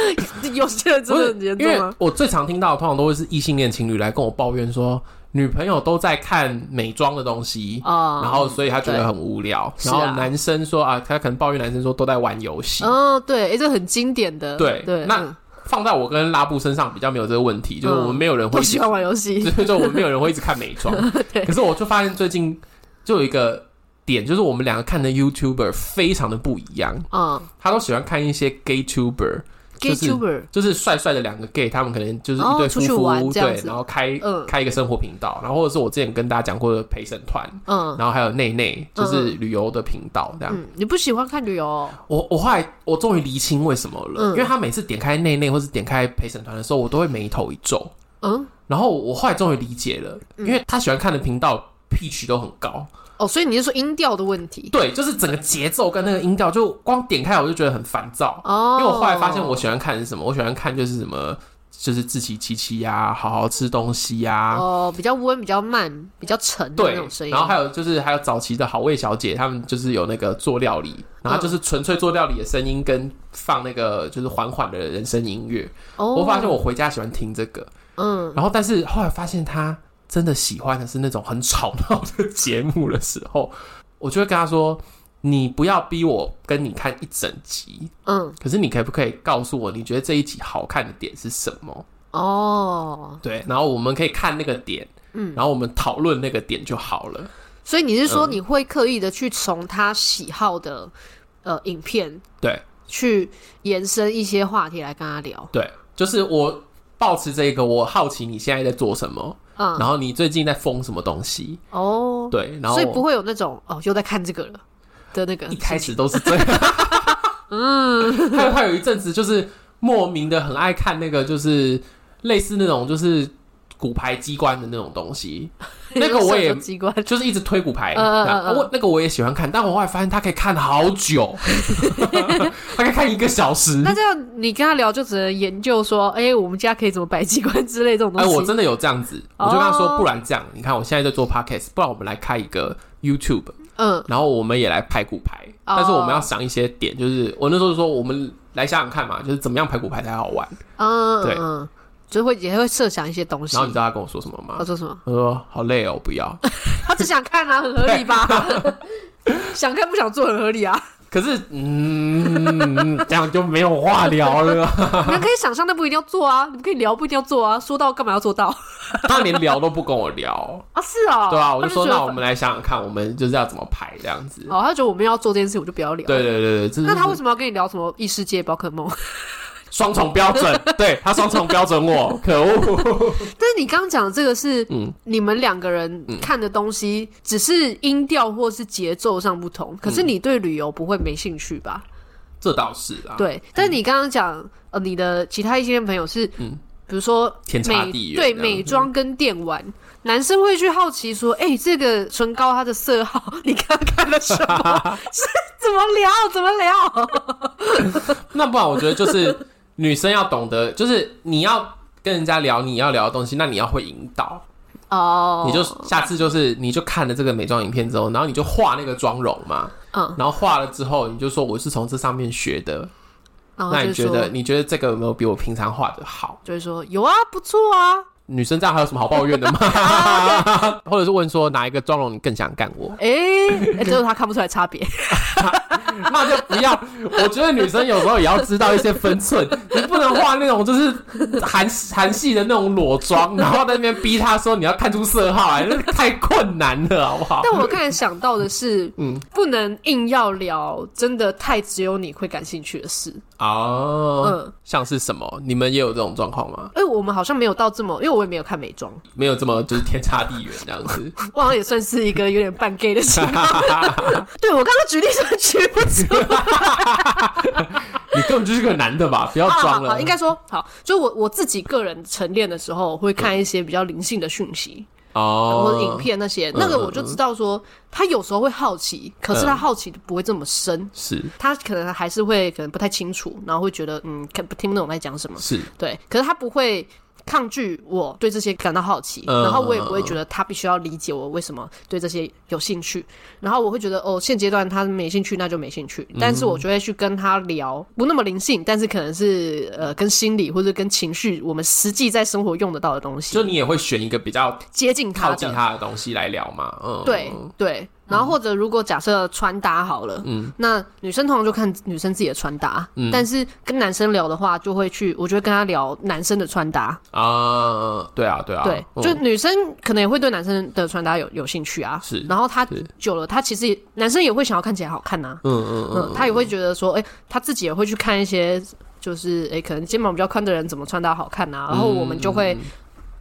[SPEAKER 2] 有些人 真
[SPEAKER 1] 不
[SPEAKER 2] 的
[SPEAKER 1] 是
[SPEAKER 2] 很严
[SPEAKER 1] 因
[SPEAKER 2] 重啊
[SPEAKER 1] 为
[SPEAKER 2] 吗？
[SPEAKER 1] 我最常听到的，通常都会是异性恋情侣来跟我抱怨说，女朋友都在看美妆的东西。
[SPEAKER 2] 啊
[SPEAKER 1] 然后，所以他觉得很无聊。
[SPEAKER 2] 对
[SPEAKER 1] 然后
[SPEAKER 2] 是啊
[SPEAKER 1] 男生说啊，他可能抱怨男生说都在玩游戏。
[SPEAKER 2] 哦，对，哎，这很经典的，
[SPEAKER 1] 对
[SPEAKER 2] 对，
[SPEAKER 1] 那
[SPEAKER 2] 嗯
[SPEAKER 1] 放在我跟拉布身上比较没有这个问题，就是我们没有人会
[SPEAKER 2] 都喜欢玩游戏，
[SPEAKER 1] 所以就我们没有人会一直看美妆。 可是我就发现最近就有一个点，就是我们两个看的 YouTuber 非常的不一样，
[SPEAKER 2] 嗯
[SPEAKER 1] 他都喜欢看一些 GayTuber，
[SPEAKER 2] g
[SPEAKER 1] 就
[SPEAKER 2] a y
[SPEAKER 1] 是
[SPEAKER 2] t u b e r
[SPEAKER 1] 就是帅帅的两个 gay，他们可能就是一
[SPEAKER 2] 哦
[SPEAKER 1] 对
[SPEAKER 2] 出
[SPEAKER 1] 夫
[SPEAKER 2] 去
[SPEAKER 1] 妇、
[SPEAKER 2] 玩这样
[SPEAKER 1] 对
[SPEAKER 2] 子，
[SPEAKER 1] 然后开、
[SPEAKER 2] 嗯
[SPEAKER 1] 开一个生活频道，然后或者是我之前跟大家讲过的陪审团。
[SPEAKER 2] 嗯
[SPEAKER 1] 然后还有内内，就是旅游的频道这样。
[SPEAKER 2] 嗯，你不喜欢看旅游哦？
[SPEAKER 1] 我我后来我终于厘清为什么了，
[SPEAKER 2] 嗯
[SPEAKER 1] 因为他每次点开内内或是点开陪审团的时候，我都会眉头一皱。
[SPEAKER 2] 嗯，
[SPEAKER 1] 然后我后来终于理解了，因为他喜欢看的频道 pitch 都很高，
[SPEAKER 2] 哦，所以你是说音调的问题？
[SPEAKER 1] 对，就是整个节奏跟那个音调，就光点开我就觉得很烦躁。
[SPEAKER 2] 哦，
[SPEAKER 1] 因为我后来发现我喜欢看的是什么，我喜欢看就是什么，就是自欺欺欺呀，啊好好吃东西呀、
[SPEAKER 2] 哦比较温、比较慢、比较沉的
[SPEAKER 1] 啊对
[SPEAKER 2] 那种声，音，
[SPEAKER 1] 然后还有就是还有早期的好味小姐，他们就是有那个做料理，然后就是纯粹做料理的声音跟放那个就是缓缓的人声音乐，
[SPEAKER 2] 哦，
[SPEAKER 1] 我发现我回家喜欢听这个，
[SPEAKER 2] 嗯，
[SPEAKER 1] 然后，但是后来发现他真的喜欢的是那种很吵闹的节目的时候， 我就会跟他说：“你不要逼我跟你看一整集，
[SPEAKER 2] 嗯
[SPEAKER 1] 可是你可不可以告诉我，你觉得这一集好看的点是什么
[SPEAKER 2] 哦，？”
[SPEAKER 1] 对，然后我们可以看那个点，
[SPEAKER 2] 嗯，
[SPEAKER 1] 然后我们讨论那个点就好了。
[SPEAKER 2] 所以你是说
[SPEAKER 1] 嗯
[SPEAKER 2] 你会刻意的去从他喜好的呃影片
[SPEAKER 1] 对
[SPEAKER 2] 去延伸一些话题来跟他聊，
[SPEAKER 1] 对，就是我保持这个，我好奇你现在在做什么，
[SPEAKER 2] 嗯
[SPEAKER 1] 然后你最近在疯什么东西？
[SPEAKER 2] 哦，
[SPEAKER 1] 对，然后
[SPEAKER 2] 所以不会有那种哦又在看这个了的那个
[SPEAKER 1] 一开始都是 这样。嗯，还有他有一阵子就是莫名的很爱看那个，就是类似那种就是骨牌机关的那种东 西，那个我也
[SPEAKER 2] 射手机关
[SPEAKER 1] 就是一直推骨牌。
[SPEAKER 2] 嗯嗯嗯嗯
[SPEAKER 1] 我那个我也喜欢看，但我后来发现他可以看好 久，他可以看一个小时。
[SPEAKER 2] 那这样你跟他聊就只能研究说，哎、我们家可以怎么摆机关之类这种东
[SPEAKER 1] 哎，
[SPEAKER 2] 西。
[SPEAKER 1] 我真的有这样子，我就跟他
[SPEAKER 2] 哦
[SPEAKER 1] 说，不然这样，你看我现在在做 podcast，不然我们来开一个 YouTube，
[SPEAKER 2] 嗯
[SPEAKER 1] 然后我们也来排骨牌，
[SPEAKER 2] 哦
[SPEAKER 1] 但是我们要想一些点，就是我那时候就说我们来想想看嘛，就是怎么样排骨牌才好玩。
[SPEAKER 2] 嗯
[SPEAKER 1] 对
[SPEAKER 2] 嗯，就会也会设想一些东西。
[SPEAKER 1] 然后你知道他跟我说什么吗
[SPEAKER 2] 他？说什么？
[SPEAKER 1] 他说：“好累哦，不要。
[SPEAKER 2] 他只想看啊，很合理吧？ 想看不想做很合 理啊。”
[SPEAKER 1] 可是，嗯，这样就没有话聊了。
[SPEAKER 2] 你们可以想象，但不一定要做啊。你们可以聊，不一定要做啊。说到干嘛要做到？
[SPEAKER 1] 他连聊都不跟我聊，
[SPEAKER 2] 啊，是哦，
[SPEAKER 1] 对啊，我就说
[SPEAKER 2] 他觉得
[SPEAKER 1] 那我们来想想看，我们就是要怎么排这样子。
[SPEAKER 2] 哦，他觉得我们要做这件事，我就不要聊。
[SPEAKER 1] 对对对对，这是
[SPEAKER 2] 那他为什么要跟你聊什么异世界宝可梦？
[SPEAKER 1] 双重标准？对他双重标准我，可恶！
[SPEAKER 2] 但是你刚刚讲的这个是，
[SPEAKER 1] 嗯
[SPEAKER 2] 你们两个人看的东西，只是音调或是节奏上不
[SPEAKER 1] 嗯
[SPEAKER 2] 同，可是你对旅游不会没兴趣吧？
[SPEAKER 1] 这倒是啊，，
[SPEAKER 2] 对。但是你刚刚讲，呃，你的其他一些朋友是，
[SPEAKER 1] 嗯
[SPEAKER 2] 比如说
[SPEAKER 1] 天差
[SPEAKER 2] 美
[SPEAKER 1] 地远这
[SPEAKER 2] 对
[SPEAKER 1] 样。嗯
[SPEAKER 2] 美妆跟电玩，男生会去好奇说，哎、这个唇膏它的色号， 你刚刚看了什 么？是怎么聊？怎么聊？
[SPEAKER 1] 那不然我觉得就是女生要懂得，就是你要跟人家聊你要聊的东西，那你要会引导。
[SPEAKER 2] 哦，
[SPEAKER 1] 你就下次就是你就看了这个美妆影片之后，然后你就画那个妆容嘛，
[SPEAKER 2] 嗯，
[SPEAKER 1] 然后画了之后你就说我是从这上面学的。
[SPEAKER 2] 然后
[SPEAKER 1] 那
[SPEAKER 2] 哦就
[SPEAKER 1] 你觉
[SPEAKER 2] 说
[SPEAKER 1] 得你觉得这个有没有比我平常画的好？
[SPEAKER 2] 就会说有啊，不错啊。
[SPEAKER 1] 女生这样还有什么好抱怨 的吗？ 或者是问说哪一个妆容你更想干我？
[SPEAKER 2] 哎、欸，就是他看不出来差别。
[SPEAKER 1] 那就不要。我觉得女生有时候也要知道一些分寸，你不能画那种就是韩韩系的那种裸妆，然后在那边逼她说你要看出色号来，那太困难了，好不好？
[SPEAKER 2] 但我刚才想到 的是，嗯，不能硬要聊真的太只有你会感兴趣的事。
[SPEAKER 1] 哦，
[SPEAKER 2] 嗯，
[SPEAKER 1] 像是什么？你们也有这种状况吗？
[SPEAKER 2] 哎、我们好像没有到这么，因为我也没有看美妆，
[SPEAKER 1] 没有这么就是天差地远这样 子。
[SPEAKER 2] 我好像也算是一个有点半 gay 的情 况。 对我刚刚举例怎么举不出
[SPEAKER 1] 你根本就是个男的吧？不 要
[SPEAKER 2] 好好
[SPEAKER 1] 装
[SPEAKER 2] 啊好，
[SPEAKER 1] 了。
[SPEAKER 2] 应该说好，就我我自己个人晨练的时候，会看一些比较灵性的讯息、
[SPEAKER 1] 嗯
[SPEAKER 2] 或者
[SPEAKER 1] 哦，嗯
[SPEAKER 2] 影片那些，那个我就知道说，他有时候会好奇，可是他好奇的不会这么深，
[SPEAKER 1] 是
[SPEAKER 2] 他可能还是会可能不太清楚，然后会觉得嗯，看不听不懂在讲什么，
[SPEAKER 1] 是，
[SPEAKER 2] 对，可是他不会。抗拒我对这些感到好奇，
[SPEAKER 1] 嗯
[SPEAKER 2] 然后我也不会觉得他必须要理解我为什么对这些有兴趣，然后我会觉得哦，现阶段他没兴趣那就没兴趣，
[SPEAKER 1] 嗯
[SPEAKER 2] 但是我就会去跟他聊不那么灵性，但是可能是呃跟心理或者跟情绪，我们实际在生活用得到的东西
[SPEAKER 1] 就，你也会选一个比较
[SPEAKER 2] 接近他
[SPEAKER 1] 靠
[SPEAKER 2] 的，
[SPEAKER 1] 近他的东西来聊嘛？嗯，
[SPEAKER 2] 对对。然后或者如果假设穿搭好了，嗯，那女生通常就看女生自己的穿搭，嗯，但是跟男生聊的话，就会去，我就会跟他聊男生的穿搭，
[SPEAKER 1] 啊，对啊，对啊，
[SPEAKER 2] 对，
[SPEAKER 1] 嗯
[SPEAKER 2] 就女生可能也会对男生的穿搭有有兴趣啊。
[SPEAKER 1] 是
[SPEAKER 2] 然后他
[SPEAKER 1] 是
[SPEAKER 2] 久了，他其实也男生也会想要看起来好看呐、
[SPEAKER 1] 嗯嗯嗯
[SPEAKER 2] 嗯，他也会觉得说，哎、他自己也会去看一些，就是哎、可能肩膀比较宽的人怎么穿搭好看呐、然后我们就
[SPEAKER 1] 嗯
[SPEAKER 2] 会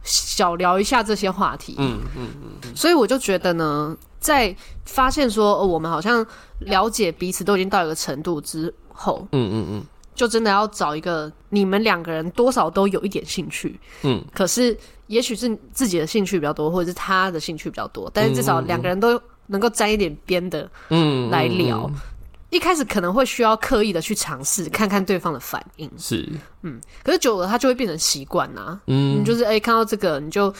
[SPEAKER 2] 小聊一下这些话题。嗯嗯嗯。所以我就觉得呢，在发现说、哦我们好像了解彼此都已经到一个程度之后，
[SPEAKER 1] 嗯嗯嗯，
[SPEAKER 2] 就真的要找一个你们两个人多少都有一点兴趣，
[SPEAKER 1] 嗯，
[SPEAKER 2] 可是也许是自己的兴趣比较多，或者是他的兴趣比较多，但是至少两个人都能够沾一点边的
[SPEAKER 1] 嗯，
[SPEAKER 2] 来聊。一开始可能会需要刻意的去尝试，看看对方的反应，
[SPEAKER 1] 是，
[SPEAKER 2] 可是久了他就会变成习惯呐。
[SPEAKER 1] 嗯
[SPEAKER 2] 你就是哎、看到这个你就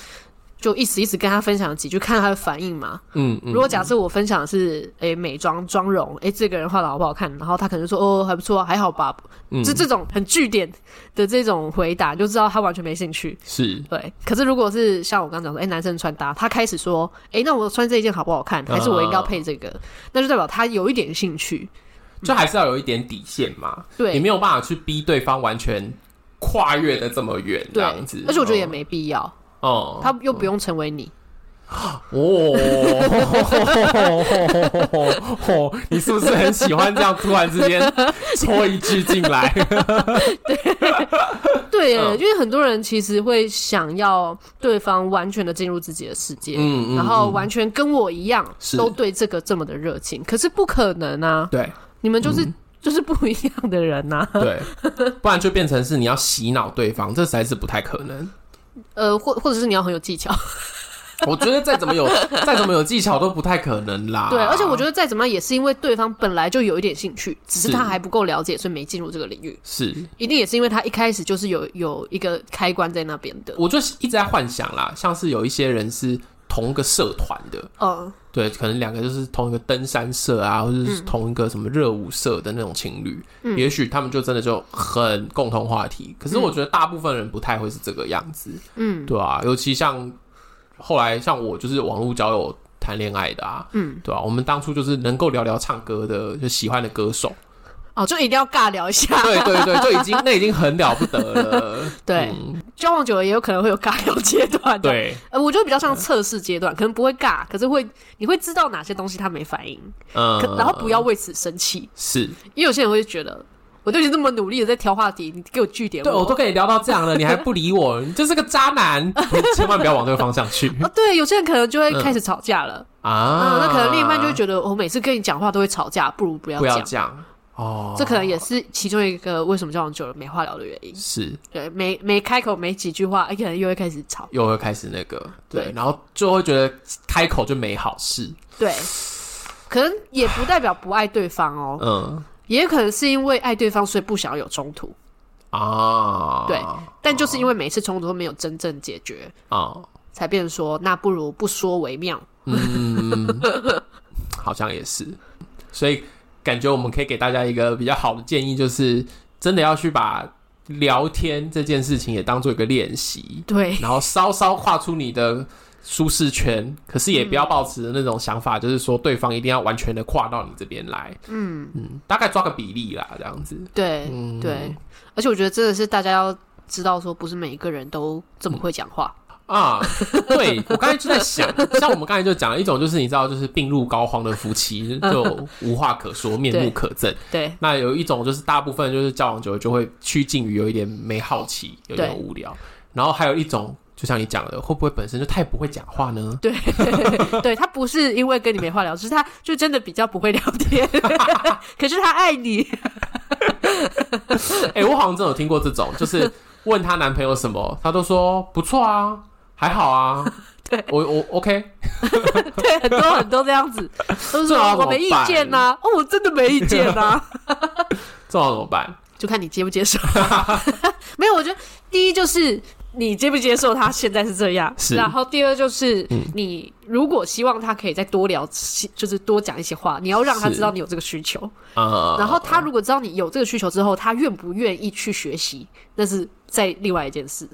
[SPEAKER 2] 就一直一直跟他分享几句，看他的反应嘛。
[SPEAKER 1] 嗯
[SPEAKER 2] 如果假设我分享的是诶、美妆妆容，诶、这个人画的好不好看，然后他可能说哦还不错啊，还好吧，
[SPEAKER 1] 嗯，
[SPEAKER 2] 就这种很据点的这种回答，你就知道他完全没兴趣。
[SPEAKER 1] 是
[SPEAKER 2] 对，可是如果是像我刚讲说，哎、男生穿搭，他开始说，哎、那我穿这一件好不好
[SPEAKER 1] 啊
[SPEAKER 2] 看？还是我应该要配这个？那就代表他有一点兴趣。
[SPEAKER 1] 就还是要有一点底线嘛，你
[SPEAKER 2] 对，
[SPEAKER 1] 没有办法去逼对方完全跨越的这么远这
[SPEAKER 2] 对
[SPEAKER 1] 样子，，
[SPEAKER 2] 而且我觉得也
[SPEAKER 1] 嗯
[SPEAKER 2] 没必要，
[SPEAKER 1] 哦
[SPEAKER 2] 他又不用成为你。
[SPEAKER 1] 哦，你是不是很喜欢这样突然之间戳一句进来？
[SPEAKER 2] 对耶，
[SPEAKER 1] 嗯
[SPEAKER 2] 因为很多人其实会想要对方完全的进入自己的世界，
[SPEAKER 1] 嗯嗯
[SPEAKER 2] 然后完全跟我一样，
[SPEAKER 1] 是
[SPEAKER 2] 都对这个这么的热情，可是不可能啊！
[SPEAKER 1] 对
[SPEAKER 2] 你
[SPEAKER 1] 嗯
[SPEAKER 2] 们就是、就是不一样的人啊 呐、
[SPEAKER 1] 对，不然就变成是你要洗脑对方，这实在是不太可能。
[SPEAKER 2] 呃，或或者是你要很有技巧，
[SPEAKER 1] 啊我觉得再怎么有再怎么有技巧都不太可能啦。
[SPEAKER 2] 对，而且我觉
[SPEAKER 1] 得
[SPEAKER 2] 得再怎么样也是因为对方本来就有一点兴趣，只是
[SPEAKER 1] 是
[SPEAKER 2] 他还不够了解，所以没进入这个领域。
[SPEAKER 1] 是，
[SPEAKER 2] 一定也是因为他一开始就是有有一个开关在那边的。
[SPEAKER 1] 我就是一直在幻想啦，像是有一些人是同一个社团的，
[SPEAKER 2] 嗯，
[SPEAKER 1] 对，可能两个就是同一个登山社啊，或者是同一个什么热舞社的那种情侣，
[SPEAKER 2] 嗯
[SPEAKER 1] 也许他们就真的就很共同话题。可是我觉得大部分人不太会是这个样子，
[SPEAKER 2] 嗯，
[SPEAKER 1] 对啊，尤其像后来像我就是网络交友谈恋爱的啊，嗯，对啊，我们当初就是能够聊聊唱歌的，就喜欢的歌手，
[SPEAKER 2] 哦，就一定要尬聊一下。
[SPEAKER 1] 对对对，就已经那已经很了不得了，
[SPEAKER 2] 对，
[SPEAKER 1] 嗯
[SPEAKER 2] 就交往久了也有可能会有尬聊阶段的。
[SPEAKER 1] 对，嗯
[SPEAKER 2] 呃，我觉得比较像测试阶段，可能不会尬，可是会你会知道哪些东西他没反应，
[SPEAKER 1] 嗯
[SPEAKER 2] 可，然后不要为此生气，
[SPEAKER 1] 是，
[SPEAKER 2] 因为有些人会觉得我都已经这么努力的在挑话题，你给我据点
[SPEAKER 1] 对我都跟你聊到这样了，你还不理我，你就是个渣男， 千万不要往这个方向去
[SPEAKER 2] 啊，对，有些人可能就会开始吵架了。
[SPEAKER 1] 啊
[SPEAKER 2] 嗯，！那可能另一半就会觉得，我每次跟你讲话都会吵架，不如不要
[SPEAKER 1] 不要
[SPEAKER 2] 讲。
[SPEAKER 1] 讲哦，
[SPEAKER 2] 这可能也是其中一个为什么交往久了没话聊的原因。
[SPEAKER 1] 是
[SPEAKER 2] 对，没没开口没几句话，哎可能又会开始吵。
[SPEAKER 1] 又会开始那个对
[SPEAKER 2] 对，
[SPEAKER 1] 然后就会觉得开口就没好事，
[SPEAKER 2] 对，可能也不代表不爱对方哦，
[SPEAKER 1] 嗯
[SPEAKER 2] 也有可能是因为爱对方，所以不想要有冲突。
[SPEAKER 1] 啊，
[SPEAKER 2] 对但就是因为每次冲突都没有真正解决，
[SPEAKER 1] 啊，
[SPEAKER 2] 才变成说那不如不说为妙。
[SPEAKER 1] 嗯，好像也是，所以感觉我们可以给大家一个比较好的建议，就是真的要去把聊天这件事情也当做一个练习，
[SPEAKER 2] 对，
[SPEAKER 1] 然后稍稍跨出你的舒适圈，可是也不要抱持那种想法，就是说对方一定要完全的跨到你这边来。嗯嗯，大概抓个比例啦，这样子。
[SPEAKER 2] 对，
[SPEAKER 1] 嗯
[SPEAKER 2] 对，而且我觉得真的是大家要知道，说不是每一个人都这么会讲话。
[SPEAKER 1] 啊，对我刚才就在想，像我们刚才就讲了一种，就是你知道，就是病入膏肓的夫妻就无话可说，面目可憎。
[SPEAKER 2] 对，
[SPEAKER 1] 那有一种就是大部分就是交往久了就会趋近于有一点没好奇，有点
[SPEAKER 2] 对
[SPEAKER 1] 无聊。然后还有一种，就像你讲的，会不会本身就太不会讲话呢？
[SPEAKER 2] 对， 对他不是因为跟你没话聊，只是他 就真的比较不会聊天， 可是他爱你。
[SPEAKER 1] 哎、我好像真的有听过这种，就是问她男朋友什么，她都说不错啊，还好啊。
[SPEAKER 2] 对
[SPEAKER 1] 我我 OK，
[SPEAKER 2] 对，很多很多这样子，都
[SPEAKER 1] 这
[SPEAKER 2] 说
[SPEAKER 1] 要怎么
[SPEAKER 2] 我没意见呐、哦，我真的没意见呐、
[SPEAKER 1] 这种怎么办？
[SPEAKER 2] 就看你接不接受。 没有，我觉得第一就是你接不接受他现在是这样，
[SPEAKER 1] 是
[SPEAKER 2] 然后第二就是
[SPEAKER 1] 嗯
[SPEAKER 2] 你如果希望他可以再多聊，就是多讲一些话，你要让他
[SPEAKER 1] 是
[SPEAKER 2] 知道你有这个需求。
[SPEAKER 1] 啊、
[SPEAKER 2] 然后他如果知道你有这个需求之后，他愿不愿意去学习，那是在另外一件事。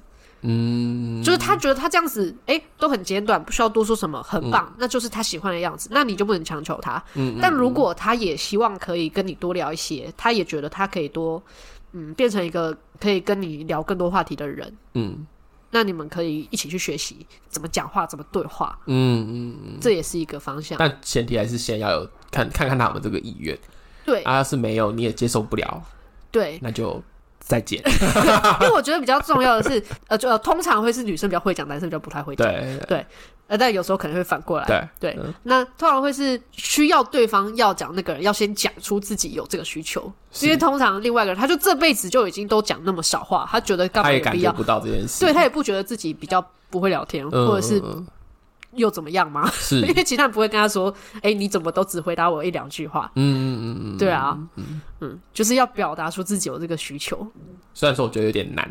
[SPEAKER 1] 嗯，
[SPEAKER 2] 就是他觉得他这样子，哎、都很简短，不需要多说什么，很棒，那就是他喜欢的样子，那你就不能强求他。
[SPEAKER 1] 嗯
[SPEAKER 2] 但如果他也希望可以跟你多聊一些，他也觉得他可以多，嗯，变成一个可以跟你聊更多话题的人，
[SPEAKER 1] 嗯
[SPEAKER 2] 那你们可以一起去学习怎么讲话，怎么对话，
[SPEAKER 1] 嗯嗯嗯，
[SPEAKER 2] 这也是一个方向。
[SPEAKER 1] 但前提还是先要有看看看他们这个意愿
[SPEAKER 2] 对
[SPEAKER 1] 啊，要是没有你也接受不了，
[SPEAKER 2] 对，
[SPEAKER 1] 那就再见。
[SPEAKER 2] 因为我觉得比较重要的是，呃，就呃，通常会是女生比较会讲，男生比较不太会讲，
[SPEAKER 1] 对
[SPEAKER 2] 呃，但有时候可能会反过来。
[SPEAKER 1] 对
[SPEAKER 2] 对
[SPEAKER 1] 嗯
[SPEAKER 2] 那通常会是需要对方要讲那个人要先讲出自己有这个需求，
[SPEAKER 1] 是
[SPEAKER 2] 因为通常另外一个人他就这辈子就已经都讲那么少话，他觉得干
[SPEAKER 1] 他
[SPEAKER 2] 嘛
[SPEAKER 1] 也
[SPEAKER 2] 有
[SPEAKER 1] 感
[SPEAKER 2] 必
[SPEAKER 1] 觉
[SPEAKER 2] 要？
[SPEAKER 1] 不到这件事，
[SPEAKER 2] 对他也不觉得自己比较不会聊天，
[SPEAKER 1] 嗯，
[SPEAKER 2] 或者是
[SPEAKER 1] 嗯嗯
[SPEAKER 2] 又怎么样吗？
[SPEAKER 1] 是，
[SPEAKER 2] 因为其他人不会跟他说，哎、你怎么都只回答我一两句话？
[SPEAKER 1] 嗯嗯嗯嗯，
[SPEAKER 2] 对啊，嗯就是要表达出自己有这个需求。
[SPEAKER 1] 虽然说我觉得有点难，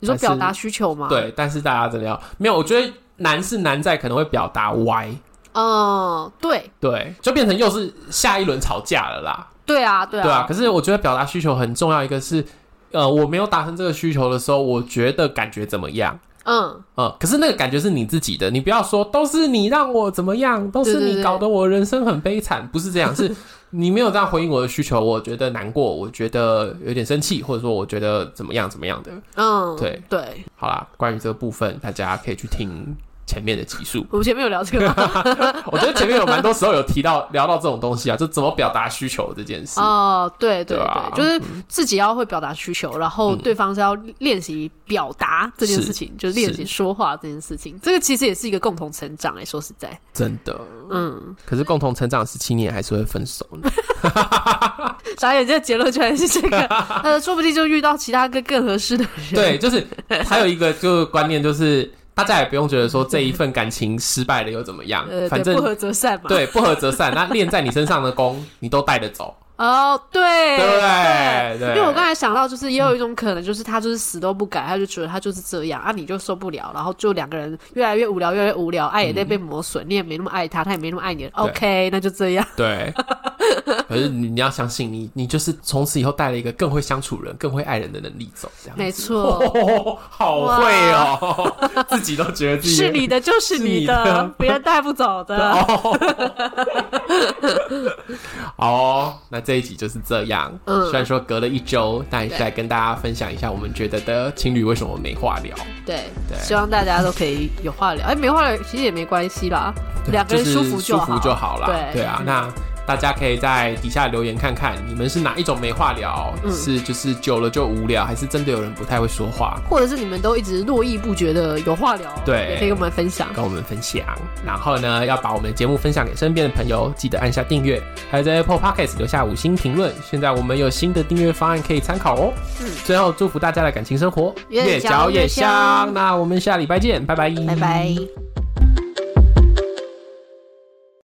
[SPEAKER 2] 你说
[SPEAKER 1] 但是
[SPEAKER 2] 表达需求吗？，
[SPEAKER 1] 对，但是大家真的要没有，我觉得难是难在可能会表达歪，
[SPEAKER 2] 嗯，对，
[SPEAKER 1] 对，就变成又是下一轮吵架了啦，
[SPEAKER 2] 对啊，对啊，
[SPEAKER 1] 对啊。可是我觉得表达需求很重要，一个是呃我没有达成这个需求的时候，我觉得感觉怎么样？
[SPEAKER 2] 嗯，
[SPEAKER 1] 呃，可是那个感觉是你自己的，你不要说都是你让我怎么样，都
[SPEAKER 2] 对
[SPEAKER 1] 是
[SPEAKER 2] 对
[SPEAKER 1] 你
[SPEAKER 2] 对
[SPEAKER 1] 搞得我人生很悲惨，不是这样， 是你没有这样回应我的需求，我觉得难过，我觉得有点生气，或者说我觉得怎么样怎么样的。
[SPEAKER 2] 嗯，
[SPEAKER 1] 对
[SPEAKER 2] 对，
[SPEAKER 1] 好啦，关于这个部分，大家可以去听前面的集数。
[SPEAKER 2] 我们前面有聊这个吗？
[SPEAKER 1] 我觉得前面有蛮多时候有提到聊到这种东西啊，就怎么表达需求这件事。
[SPEAKER 2] 哦，对对
[SPEAKER 1] 对啊嗯
[SPEAKER 2] 对，就是自己要会表达需求，然后对方是要练习表达这件事情，就是练习
[SPEAKER 1] 是
[SPEAKER 2] 说话这件事情。这个其实也是一个共同成长，哎，说实在，
[SPEAKER 1] 真的，
[SPEAKER 2] 嗯，
[SPEAKER 1] 可是共同成长十七年还是会分手呢。
[SPEAKER 2] 眨眼这个结论居然是这个，呃，说不定就遇到其他更更合适的 人。
[SPEAKER 1] 对，就是还有一个就是观念，就是大家也不用觉得说这一份感情失败了又怎么样，
[SPEAKER 2] 呃，
[SPEAKER 1] 反
[SPEAKER 2] 对，不
[SPEAKER 1] 正
[SPEAKER 2] 合则散 嘛。，
[SPEAKER 1] 对不合则散。那练在你身上的功，你都带得走。
[SPEAKER 2] 哦，对，
[SPEAKER 1] 对对
[SPEAKER 2] 因为我刚才想到，就是也有一种可能，就是他就是死都不改，他就觉得他就是这样啊，你就受不了，然后就两个人越来越无聊，越来越无聊，爱也在被磨损，你也没那么爱他，他也没那么爱你了，OK，那就这 样。
[SPEAKER 1] 对，可是你你要相信你，你就是从此以后带了一个更会相处人、更会爱人的能力走，这样子
[SPEAKER 2] 没错，
[SPEAKER 1] 哦，好会哦， 自己都觉得自己
[SPEAKER 2] 是你的就是你
[SPEAKER 1] 是你
[SPEAKER 2] 的
[SPEAKER 1] 的，
[SPEAKER 2] 哦别人带不走 的。
[SPEAKER 1] 哦。好哦，那这一集就是这样。
[SPEAKER 2] 嗯
[SPEAKER 1] 虽然说隔了一周，但还是
[SPEAKER 2] 对
[SPEAKER 1] 来跟大家分享一下我们觉得的情侣为什么没话聊。
[SPEAKER 2] 对，
[SPEAKER 1] 对
[SPEAKER 2] 希望大家都可以有话聊。哎，没话聊其实也没关系啦，
[SPEAKER 1] 对
[SPEAKER 2] 两个人
[SPEAKER 1] 就是
[SPEAKER 2] 舒
[SPEAKER 1] 服
[SPEAKER 2] 服就好。
[SPEAKER 1] 就好啦。
[SPEAKER 2] 对
[SPEAKER 1] 对啊，那大家可以在底下留言看看，你们是哪一种没话聊？
[SPEAKER 2] 嗯
[SPEAKER 1] 是就是久了就无聊，还是真的有人不太会说话？
[SPEAKER 2] 或者是你们都一直络绎不绝的有话聊，
[SPEAKER 1] 对
[SPEAKER 2] 也可以跟我们分享。
[SPEAKER 1] 跟我们分享，然后呢，要把我们的节目分享给身边的朋友，记得按下订阅，还有在 Apple Podcast 留下五星评论。现在我们有新的订阅方案可以参考哦。
[SPEAKER 2] 嗯
[SPEAKER 1] 最后祝福大家的感情生活
[SPEAKER 2] 越嚼越香
[SPEAKER 1] 那我们下礼拜见，拜拜，
[SPEAKER 2] 拜拜。